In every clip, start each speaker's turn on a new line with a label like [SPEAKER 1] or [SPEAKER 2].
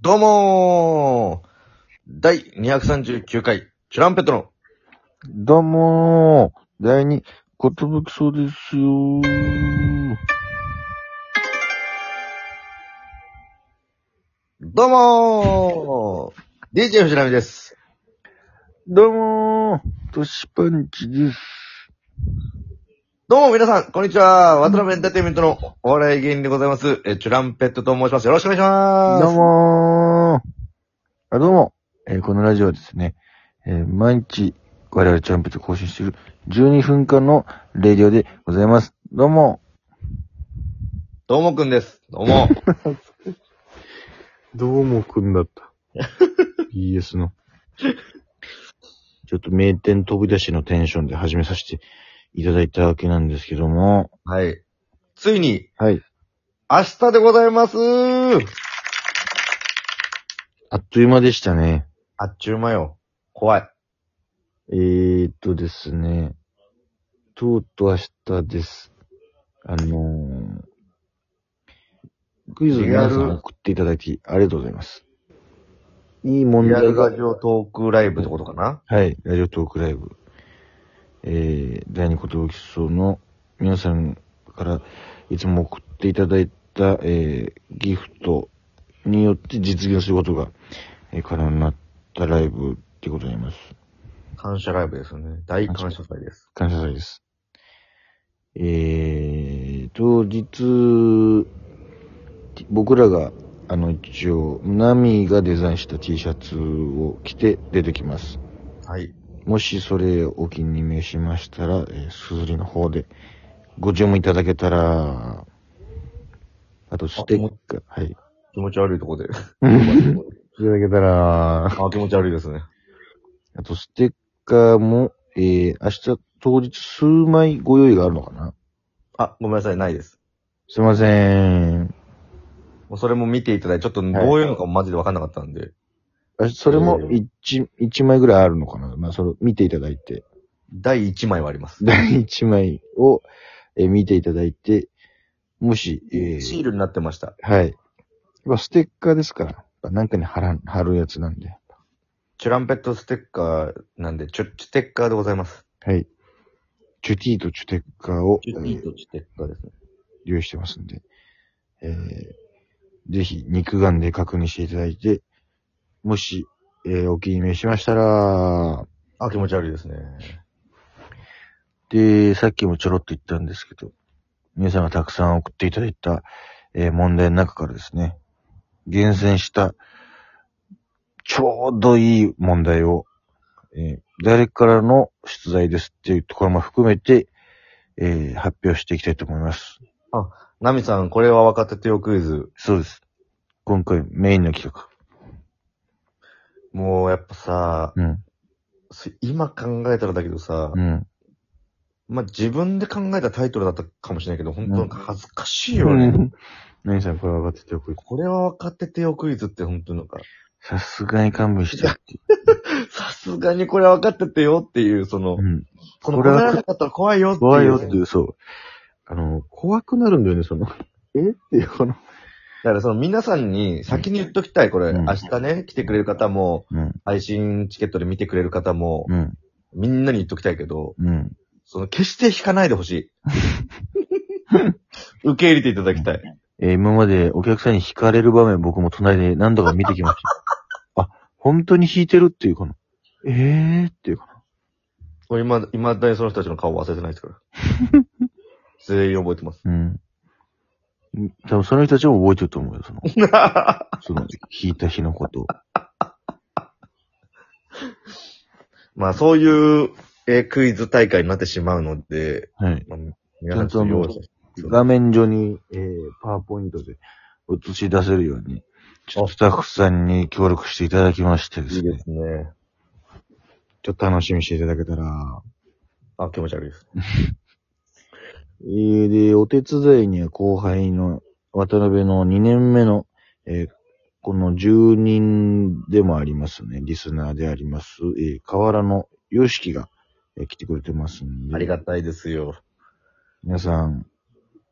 [SPEAKER 1] どうもー第239回、チュランペットの、
[SPEAKER 2] どうもー、第二、ことぶきそうですよー。
[SPEAKER 1] どうもー !DJ 藤波です。
[SPEAKER 2] どうもー、トシパンチです。
[SPEAKER 1] どうも皆さん、こんにちは。渡辺エンターテインメントのお笑い芸人でございます。え、チュランペットと申します。よろしくお願いし
[SPEAKER 2] ど
[SPEAKER 1] ます。
[SPEAKER 2] うもー。あどうも、えーこのラジオはですね、えー毎日、我々チャンピオンと更新している12分間のレディオでございます。どうも
[SPEAKER 1] どうもくんです。どう も。
[SPEAKER 2] どうもくんだ った。BS の。ちょっと名店飛び出しのテンションで始めさせていただいたわけなんですけども。
[SPEAKER 1] はい。ついに、
[SPEAKER 2] はい。
[SPEAKER 1] 明日でございます
[SPEAKER 2] あっという間でしたね。
[SPEAKER 1] あっちゅうまよ。怖い。
[SPEAKER 2] えー、っとですね。とうとう明日です。あのー、クイズを皆さ
[SPEAKER 1] リア
[SPEAKER 2] ん
[SPEAKER 1] ル
[SPEAKER 2] 送っていただき、ありがとうございます。いい問
[SPEAKER 1] リア
[SPEAKER 2] 題
[SPEAKER 1] ル
[SPEAKER 2] が
[SPEAKER 1] ラジ。オトークライブってことかな
[SPEAKER 2] はい、ラジオトークライブ。えー、第二こときそうの皆さんからいつも送っていただいた、えー、ギフトによって実現することが、えー可能になったライブでございます。
[SPEAKER 1] 感謝ライブですよね。大感謝祭です。
[SPEAKER 2] 感謝祭です。えー、当日、T- 僕らが、あの、一応、ナミがデザインした T シャツを着て出てきます。
[SPEAKER 1] はい。
[SPEAKER 2] もしそれをお気に召しましたら、えー、すずりの方でご注文いただけたら、あとステッカー、はい。い
[SPEAKER 1] 気持ち悪いとこ で。
[SPEAKER 2] ただけたら、
[SPEAKER 1] あ、気持ち悪いですね。
[SPEAKER 2] あとステッカーも、えー、明日当日数枚ご用意があるのかな
[SPEAKER 1] あ、ごめんなさい、ないです。
[SPEAKER 2] すいません。
[SPEAKER 1] もうそれも見ていただいて、ちょっとどういうのかもマジで分かんなかったんで、
[SPEAKER 2] あそれも
[SPEAKER 1] えー
[SPEAKER 2] 一、一枚ぐらいあるのかなまあ、それを見ていただいて、
[SPEAKER 1] 第1枚はあります。
[SPEAKER 2] 第一枚を、えー見ていただいて、もし、えー
[SPEAKER 1] シールになってました。
[SPEAKER 2] はい。まあ、ステッカーですから、やっぱなんかに貼らん、貼るやつなんで。
[SPEAKER 1] チュランペットステッカーなんで、チュッチュテッカーでございます。
[SPEAKER 2] はい。チュティとチュテッカーを、えー
[SPEAKER 1] チュテッカーですね。
[SPEAKER 2] 用意してますんで、えーぜひ肉眼で確認していただいて、もし、えーお気に召しましたら、
[SPEAKER 1] あ、気持ち悪いですね。
[SPEAKER 2] で、さっきもちょろっと言ったんですけど、皆さんがたくさん送っていただいた、えー問題の中からですね、厳選した、ちょうどいい問題を、えー誰からの出題ですっていうところも含めて、えー発表していきたいと思います。
[SPEAKER 1] ナミさん、これは若手手をクイズ。
[SPEAKER 2] そうです。今回メインの企画。
[SPEAKER 1] もうやっぱさ、
[SPEAKER 2] うん。
[SPEAKER 1] す今考えたらだけどさ、
[SPEAKER 2] うん。
[SPEAKER 1] まあ、自分で考えたタイトルだったかもしれないけど、本当なんか恥ずかしいよね。
[SPEAKER 2] 何さんこれ分かってておく。
[SPEAKER 1] これは若手手をクイズって本当なんか、
[SPEAKER 2] さすがに勘弁して。
[SPEAKER 1] さすがにこれは分かっててよっていう、その
[SPEAKER 2] う、ん。
[SPEAKER 1] この
[SPEAKER 2] これは
[SPEAKER 1] 答えなかったら怖いよっていう。
[SPEAKER 2] 怖いよっていう、そう。あの、怖くなるんだよね、その、え っていう、この。
[SPEAKER 1] だからその皆さんに先に言っときたい、これ。
[SPEAKER 2] うん
[SPEAKER 1] 明日ね、来てくれる方も、
[SPEAKER 2] うん、
[SPEAKER 1] 配信チケットで見てくれる方も、
[SPEAKER 2] うん、
[SPEAKER 1] みんなに言っときたいけど、
[SPEAKER 2] うん。
[SPEAKER 1] その決して引かないでほし い。受け入れていただきたい。
[SPEAKER 2] えー今までお客さんに惹かれる場面僕も隣で何度か見てきま した。あ、本当に弾いてるっていうかな。えーっていうかな。
[SPEAKER 1] これ今、今だにその人たちの顔忘れてないですから。 全員覚えてます。
[SPEAKER 2] うん。多分その人たちも覚えてると思うよ、その、 その、弾いた日のことを。
[SPEAKER 1] まあそういう、えークイズ大会になってしまうので、
[SPEAKER 2] はい。
[SPEAKER 1] まあ、皆さんちょっと用意して
[SPEAKER 2] 画面上に、えー、パワーポイントで映し出せるように、ちょっとスタッフさんに協力していただきましてで
[SPEAKER 1] い
[SPEAKER 2] す
[SPEAKER 1] い
[SPEAKER 2] ね。
[SPEAKER 1] ですね。
[SPEAKER 2] ちょっと楽しみにしていただけたら、
[SPEAKER 1] あ、気持ち悪いです。
[SPEAKER 2] えーで、お手伝いには後輩の渡辺の2年目の、えーこの住人でもありますね、リスナーであります、えー河原の良樹が、えー来てくれてますんで、
[SPEAKER 1] ありがたいですよ。
[SPEAKER 2] 皆さん、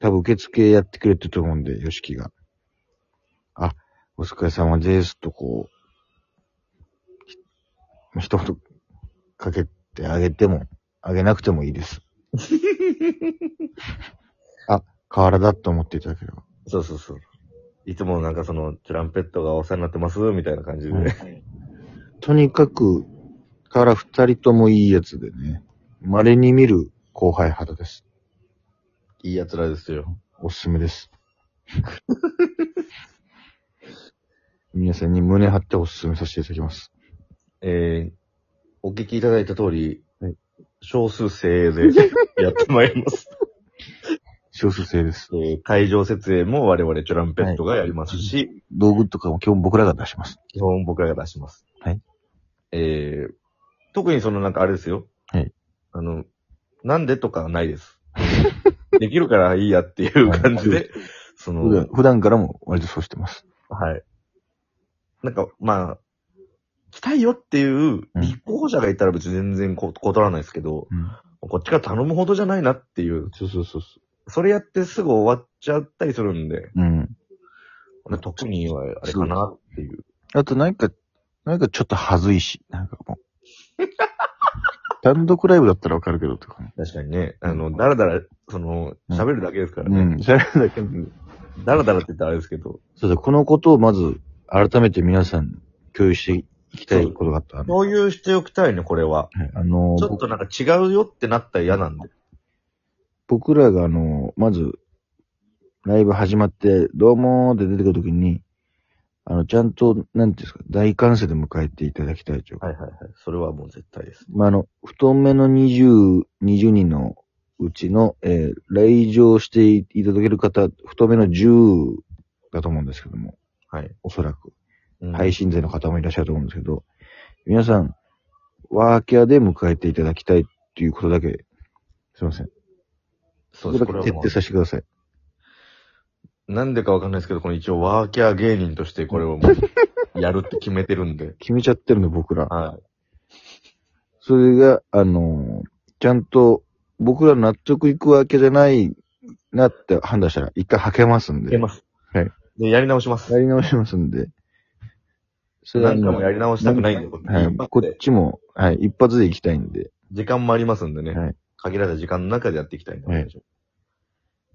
[SPEAKER 2] 多分受付やってくれてると思うんで、良樹が。あ、疲れ様ですとこう、ひ一言かけてあげても、あげなくてもいいです。あ、河原だと思っていただければ。
[SPEAKER 1] そうそうそう。いつもなんかその、トランペットがお世話になってます、みたいな感じで。
[SPEAKER 2] うんとにかく、河原二人ともいいやつでね、稀に見る後輩肌です。
[SPEAKER 1] いい奴らですよ。
[SPEAKER 2] おすすめです。 皆さんに胸張っておすすめさせていただきます。
[SPEAKER 1] えー、お聞きいただいた通り、
[SPEAKER 2] はい
[SPEAKER 1] 少数精鋭で やってまいります。
[SPEAKER 2] 少数制です。
[SPEAKER 1] えー会場設営も我々チュランペットがやりますし、
[SPEAKER 2] 道具とかも基本僕らが出します。
[SPEAKER 1] 基本僕らが出します。
[SPEAKER 2] はい。
[SPEAKER 1] えー、特にそのなんかあれですよ。
[SPEAKER 2] はい。
[SPEAKER 1] あの、なんでとかはないです。 できるからいいやっていう感じ
[SPEAKER 2] は
[SPEAKER 1] で、その、
[SPEAKER 2] 普段普段からも割とそうしてます。
[SPEAKER 1] はい。なんか、まあ、来たいよっていう立候補者がいたら別に全然こ断らないですけど、こっちから頼むほどじゃないなっていう、
[SPEAKER 2] そうそうそうそ
[SPEAKER 1] それやってすぐ終わっちゃったりするんで、
[SPEAKER 2] う。うん。
[SPEAKER 1] まあ特にはあれかなっていう。
[SPEAKER 2] あとなんか、なんかちょっと恥ずいし、なんかもう。 単独ライブだったらわかるけどとかね。
[SPEAKER 1] 確かにね、あの、だらだら、その、
[SPEAKER 2] うん
[SPEAKER 1] 喋るだけですから
[SPEAKER 2] う
[SPEAKER 1] ね。
[SPEAKER 2] ん。それだけ。
[SPEAKER 1] だらだらって言ったらあれですけど、
[SPEAKER 2] そうだ、このことをまず、改めて皆さん共有していきたいことがあったの。
[SPEAKER 1] 共有しておきたいね、これは。
[SPEAKER 2] はいあの
[SPEAKER 1] ち
[SPEAKER 2] ー、
[SPEAKER 1] ょっ
[SPEAKER 2] 僕
[SPEAKER 1] となんか違うよってなったら嫌なんで。
[SPEAKER 2] 僕らがあのー、まず、ライブ始まって、どうもーって出てくるときに、あの、ちゃんと、なんていうんですか、大歓声で迎えていただきたいというか
[SPEAKER 1] はいはいはい。それはもう絶対です。
[SPEAKER 2] まあ、あの、太めの20、20人のうちの、えー来場していただける方、太めの10だと思うんですけども、
[SPEAKER 1] はい。
[SPEAKER 2] おそらく、
[SPEAKER 1] うん
[SPEAKER 2] 配信勢の方もいらっしゃると思うんですけど、皆さん、ワーキャーで迎えていただきたいっていうことだけ、すいません。
[SPEAKER 1] そ
[SPEAKER 2] そうこ
[SPEAKER 1] です。
[SPEAKER 2] だ
[SPEAKER 1] こ
[SPEAKER 2] け
[SPEAKER 1] れは
[SPEAKER 2] 徹
[SPEAKER 1] も
[SPEAKER 2] 底させてください。
[SPEAKER 1] う、なんでかわかんないですけど、この一応ワーキャー芸人としてこれをも う、やるって決めてるんで。
[SPEAKER 2] 決めちゃってるの、僕ら。
[SPEAKER 1] は
[SPEAKER 2] それが、あのーちゃんと、僕ら納得いくわけじゃないなって判断したら、一回吐けますん
[SPEAKER 1] い。
[SPEAKER 2] で。
[SPEAKER 1] いけます。
[SPEAKER 2] はい。
[SPEAKER 1] で、やり直します。
[SPEAKER 2] やり直しますんで。それは
[SPEAKER 1] 何回もやり直したくないんで、
[SPEAKER 2] はい、こっちも、はい、一発で行きたいんで。
[SPEAKER 1] 時間もありますんでね、
[SPEAKER 2] はい
[SPEAKER 1] 限られた時間の中でやっていきたいんで、
[SPEAKER 2] はい
[SPEAKER 1] 私は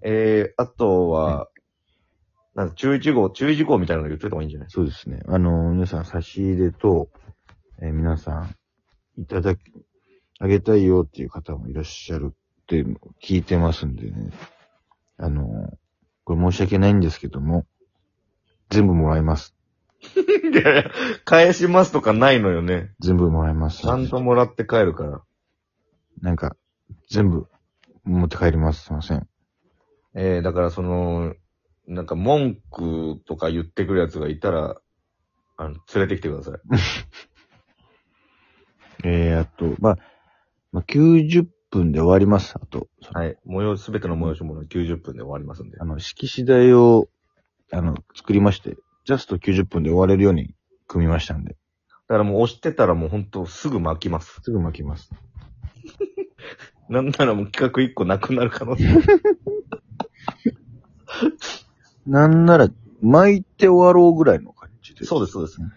[SPEAKER 1] えー、あとは、なんか注意事項、注意事項みたいなの言っといた方がいいんじゃないです
[SPEAKER 2] そうですね。あの、皆さん差し入れと、えー皆さん、いただき、あげたいよっていう方もいらっしゃるって聞いてますんでね。あの、これ申し訳ないんですけども、全部もらいます。
[SPEAKER 1] か。いやいや返しますとかないのよね。
[SPEAKER 2] 全部もらいます。
[SPEAKER 1] ちゃんともらって帰るから。
[SPEAKER 2] なんか、全部持って帰ります。すいません。
[SPEAKER 1] えー、だからその、なんか文句とか言ってくるやつがいたら、あの、連れてきてください。
[SPEAKER 2] えー、あと、まあ、まあ、90分で終わります。あと、その
[SPEAKER 1] はい。催し、すべての催し物は90分で終わりますんで
[SPEAKER 2] あ。の、式次第を、あの、作りまして、ジャスト90分で終われるように組みましたんで。
[SPEAKER 1] だからもう押してたらもうほんとすぐ巻きます。
[SPEAKER 2] すぐ巻きます。
[SPEAKER 1] なんならもう企画1個なくなる可能性。
[SPEAKER 2] なんなら、巻いて終わろうぐらいの感じ で。
[SPEAKER 1] そうです、そうです
[SPEAKER 2] うん。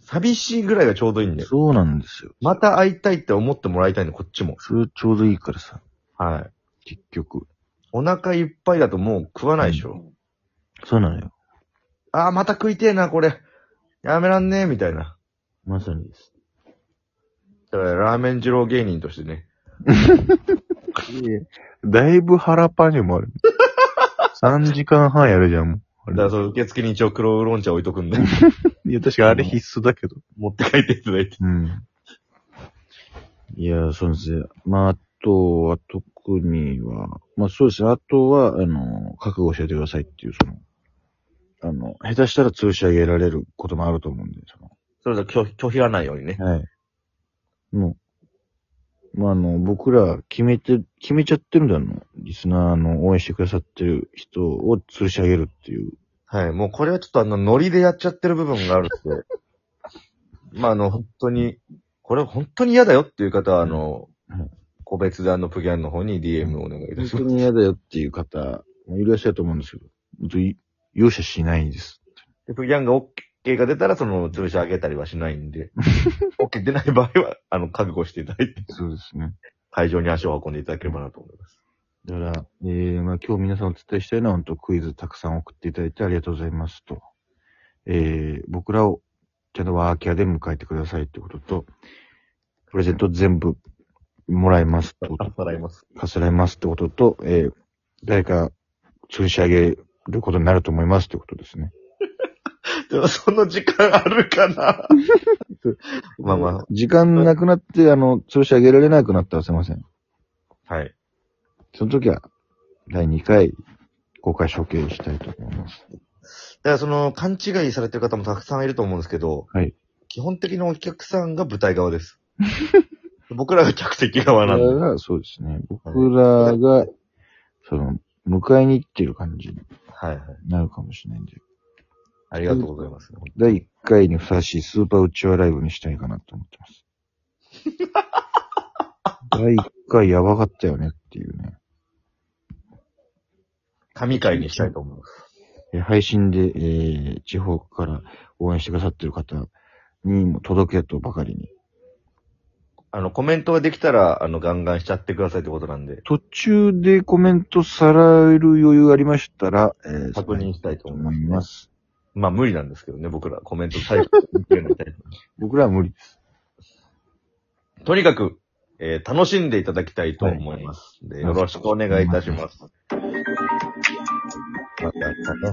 [SPEAKER 1] 寂しいぐらいがちょうどいいんで。
[SPEAKER 2] そうなんですよ。
[SPEAKER 1] また会いたいって思ってもらいたいんで、こっちも。
[SPEAKER 2] それちょうどいいからさ、
[SPEAKER 1] はい。
[SPEAKER 2] 結局。
[SPEAKER 1] お腹いっぱいだともう食わないでしょ。
[SPEAKER 2] そうなのよ。
[SPEAKER 1] ああ、また食いてえな、これ。やめらんねえ、みたいな。
[SPEAKER 2] まさにです。
[SPEAKER 1] だから、ラーメン二郎芸人としてね。
[SPEAKER 2] だいぶ腹パンに もある。3時間半やるじゃん、もう。
[SPEAKER 1] だ
[SPEAKER 2] あれ
[SPEAKER 1] から、その受付に一応黒ウーロン茶置いとく んで、
[SPEAKER 2] いや、確かあれ必須だけど。
[SPEAKER 1] 持って帰っていただいて。
[SPEAKER 2] うん。いや、そうですね。まあ、あとは特には、まあそうですね。あとは、あの、覚悟しておいてくださいっていう、その、あの、下手したら通し上げられることもあると思うんで、そ
[SPEAKER 1] それじゃ拒拒否がないようにね。
[SPEAKER 2] の、はい。もう、まああの、僕ら決めて、決めちゃってるんだよ、あのリスナーの応援してくださってる人を通し上げるっていう。
[SPEAKER 1] はい。もうこれはちょっとあの、ノリでやっちゃってる部分があるんで。 まあ、あの、本当に、これ本当に嫌だよっていう方は、あの、
[SPEAKER 2] うん
[SPEAKER 1] 個別であの、プギャンの方に DM をお願いいたしま
[SPEAKER 2] 本
[SPEAKER 1] す
[SPEAKER 2] 当。に嫌だよっていう方もいらっしゃると思うんですけど、本当に容赦しないです。
[SPEAKER 1] で、プギャンが OK が出たら、その、吊るし上げたりはしないん で、OK 出ない場合は、あの、覚悟していただいて、
[SPEAKER 2] そうですね。
[SPEAKER 1] 会場に足を運んでいただければなと思います。
[SPEAKER 2] だから、えー、まあ今日皆さんお伝えしたいのは、本当クイズたくさん送っていただいてありがとうございますと。えー、僕らをちゃんとワーキャーで迎えてくださいってことと、プレゼント全部もらいますってこと。
[SPEAKER 1] 払います。
[SPEAKER 2] 課せられますってことと、えー、誰か吊るし上げることになると思いますってことですね。
[SPEAKER 1] でも、その時間あるか なまあま
[SPEAKER 2] 時間なくなって、あの、吊るし上げられなくなったらすいません。
[SPEAKER 1] あ、はい。
[SPEAKER 2] その時は、第2回、公開処刑したいと思います。
[SPEAKER 1] だからその、勘違いされてる方もたくさんいると思うんですけど、
[SPEAKER 2] はい
[SPEAKER 1] 基本的にお客さんが舞台側です。 僕らが客席側
[SPEAKER 2] 僕
[SPEAKER 1] なん
[SPEAKER 2] ら
[SPEAKER 1] で。
[SPEAKER 2] が、そうですね。僕らが、その、迎えに行ってる感じに
[SPEAKER 1] はいはい。
[SPEAKER 2] なるかもしれないんで。
[SPEAKER 1] ありがとうございます。
[SPEAKER 2] 第1回にふさわしいスーパーうちわライブにしたいかなと思って ます。第1回やばかったよねっていうね。
[SPEAKER 1] 神会にしたいと思います。
[SPEAKER 2] えー配信で、えー地方から応援してくださってる方にも届けとばかりに。
[SPEAKER 1] あの、コメントができたら、あの、ガンガンしちゃってくださいってことなんで、
[SPEAKER 2] 途中でコメントさらえる余裕ありましたら、えー
[SPEAKER 1] 確認したいと
[SPEAKER 2] と
[SPEAKER 1] 思
[SPEAKER 2] 思
[SPEAKER 1] い
[SPEAKER 2] い
[SPEAKER 1] ま。
[SPEAKER 2] ますす。
[SPEAKER 1] まあ、無理なんですけどね、僕ら。コメント最後に見てるので
[SPEAKER 2] 僕らは無理です。
[SPEAKER 1] とにかく、えー楽しんでいただきたいと思います。でよろしくお願いいたします。また、ね。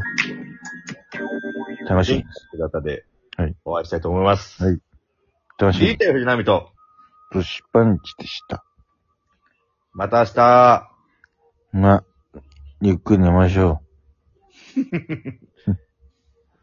[SPEAKER 2] 楽し
[SPEAKER 1] ぜ
[SPEAKER 2] い
[SPEAKER 1] ひ。姿で
[SPEAKER 2] はい
[SPEAKER 1] お会いしたいと思います。
[SPEAKER 2] はい楽し
[SPEAKER 1] リー
[SPEAKER 2] い。
[SPEAKER 1] タよ藤波と、
[SPEAKER 2] としっぱんちでした。
[SPEAKER 1] また明日。
[SPEAKER 2] まあ、ゆっくり寝ましょう。